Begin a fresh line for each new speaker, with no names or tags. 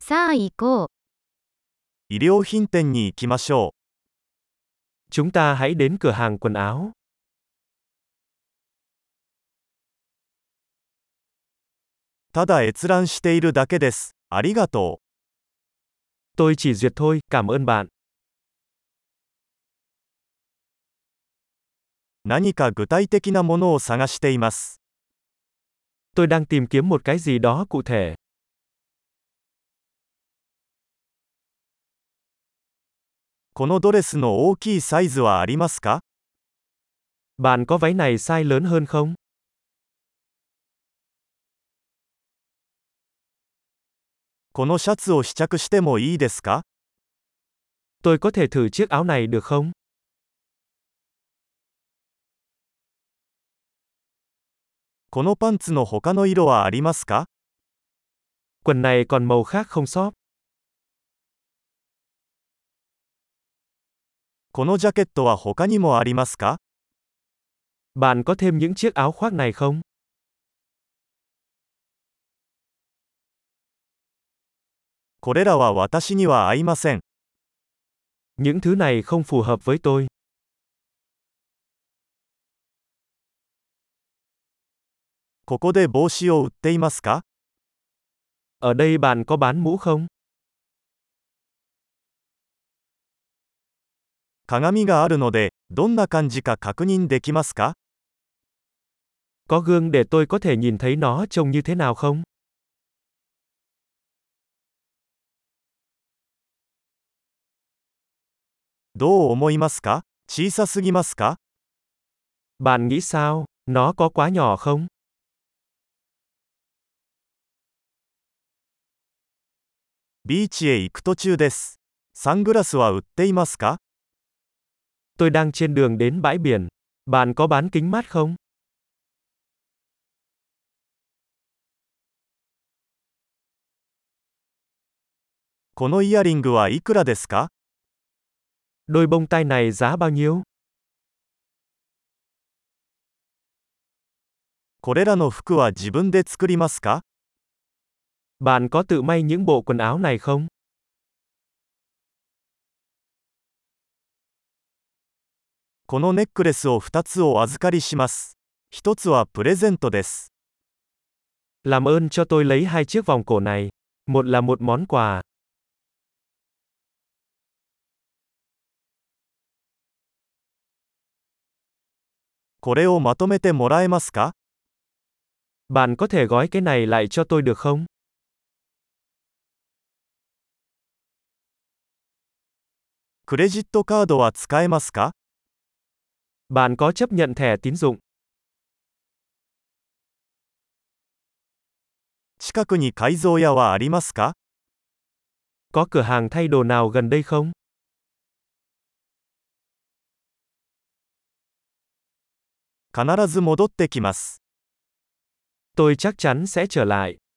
さあ行こう。
医療品店に行きましょ
Chúng ta hãy đến cửa hàng quần áo.
う。ただ閲覧しているだけです。ありがと
Tôi chỉ duyệt thôi, cảm ơn bạn.
う。何か具体的なものを探しています。
Tôi đang tìm kiếm một cái gì đó cụ thể.
このドレスの大きいサイズはありますか
Bạn có váy này size lớn hơn không?
このシャツを試着してもいいですか
Tôi có thể thử chiếc áo này được không?
このパンツの他の色はありますか
Quần này còn màu khác không shop?
このジャケットは他にもありますか
Bạn có thêm những chiếc áo khoác này không?
これらは私には合いません。
Những thứ này không phù hợp với tôi.
ここで帽子を売っていますか
Ở đây bạn có bán mũ không?
鏡があるので、どんな感じか確認できますか
Có gương để tôi có thể nhìn thấy nó trông như thế nào không?
どう思いますか小さすぎますか
Bạn nghĩ sao? Nó có quá nhỏ không?
ビーチへ行く途中です。サングラスは売っていますか
Tôi đang trên đường đến bãi biển. Bạn có bán kính mát không?
このイヤリングはいくらですか
Đôi bông tai này giá bao nhiêu?
これらの服は自分で作りますか
Bạn có tự may những bộ quần áo này không?
このネックレスを2つお預かりします。1つはプレゼントです。
Làm ơn cho tôi lấy hai chiếc vòng cổ này. Một là một món quà.
これをまとめてもらえますか
Bạn có thể gói cái này lại cho tôi được không?
クレジットカードは使えますか
Bạn có chấp nhận thẻ tín dụng?
近くに改造屋はありますか
Có cửa hàng thay đồ nào gần đây không?
必ず戻ってきます。
Tôi chắc chắn sẽ trở lại.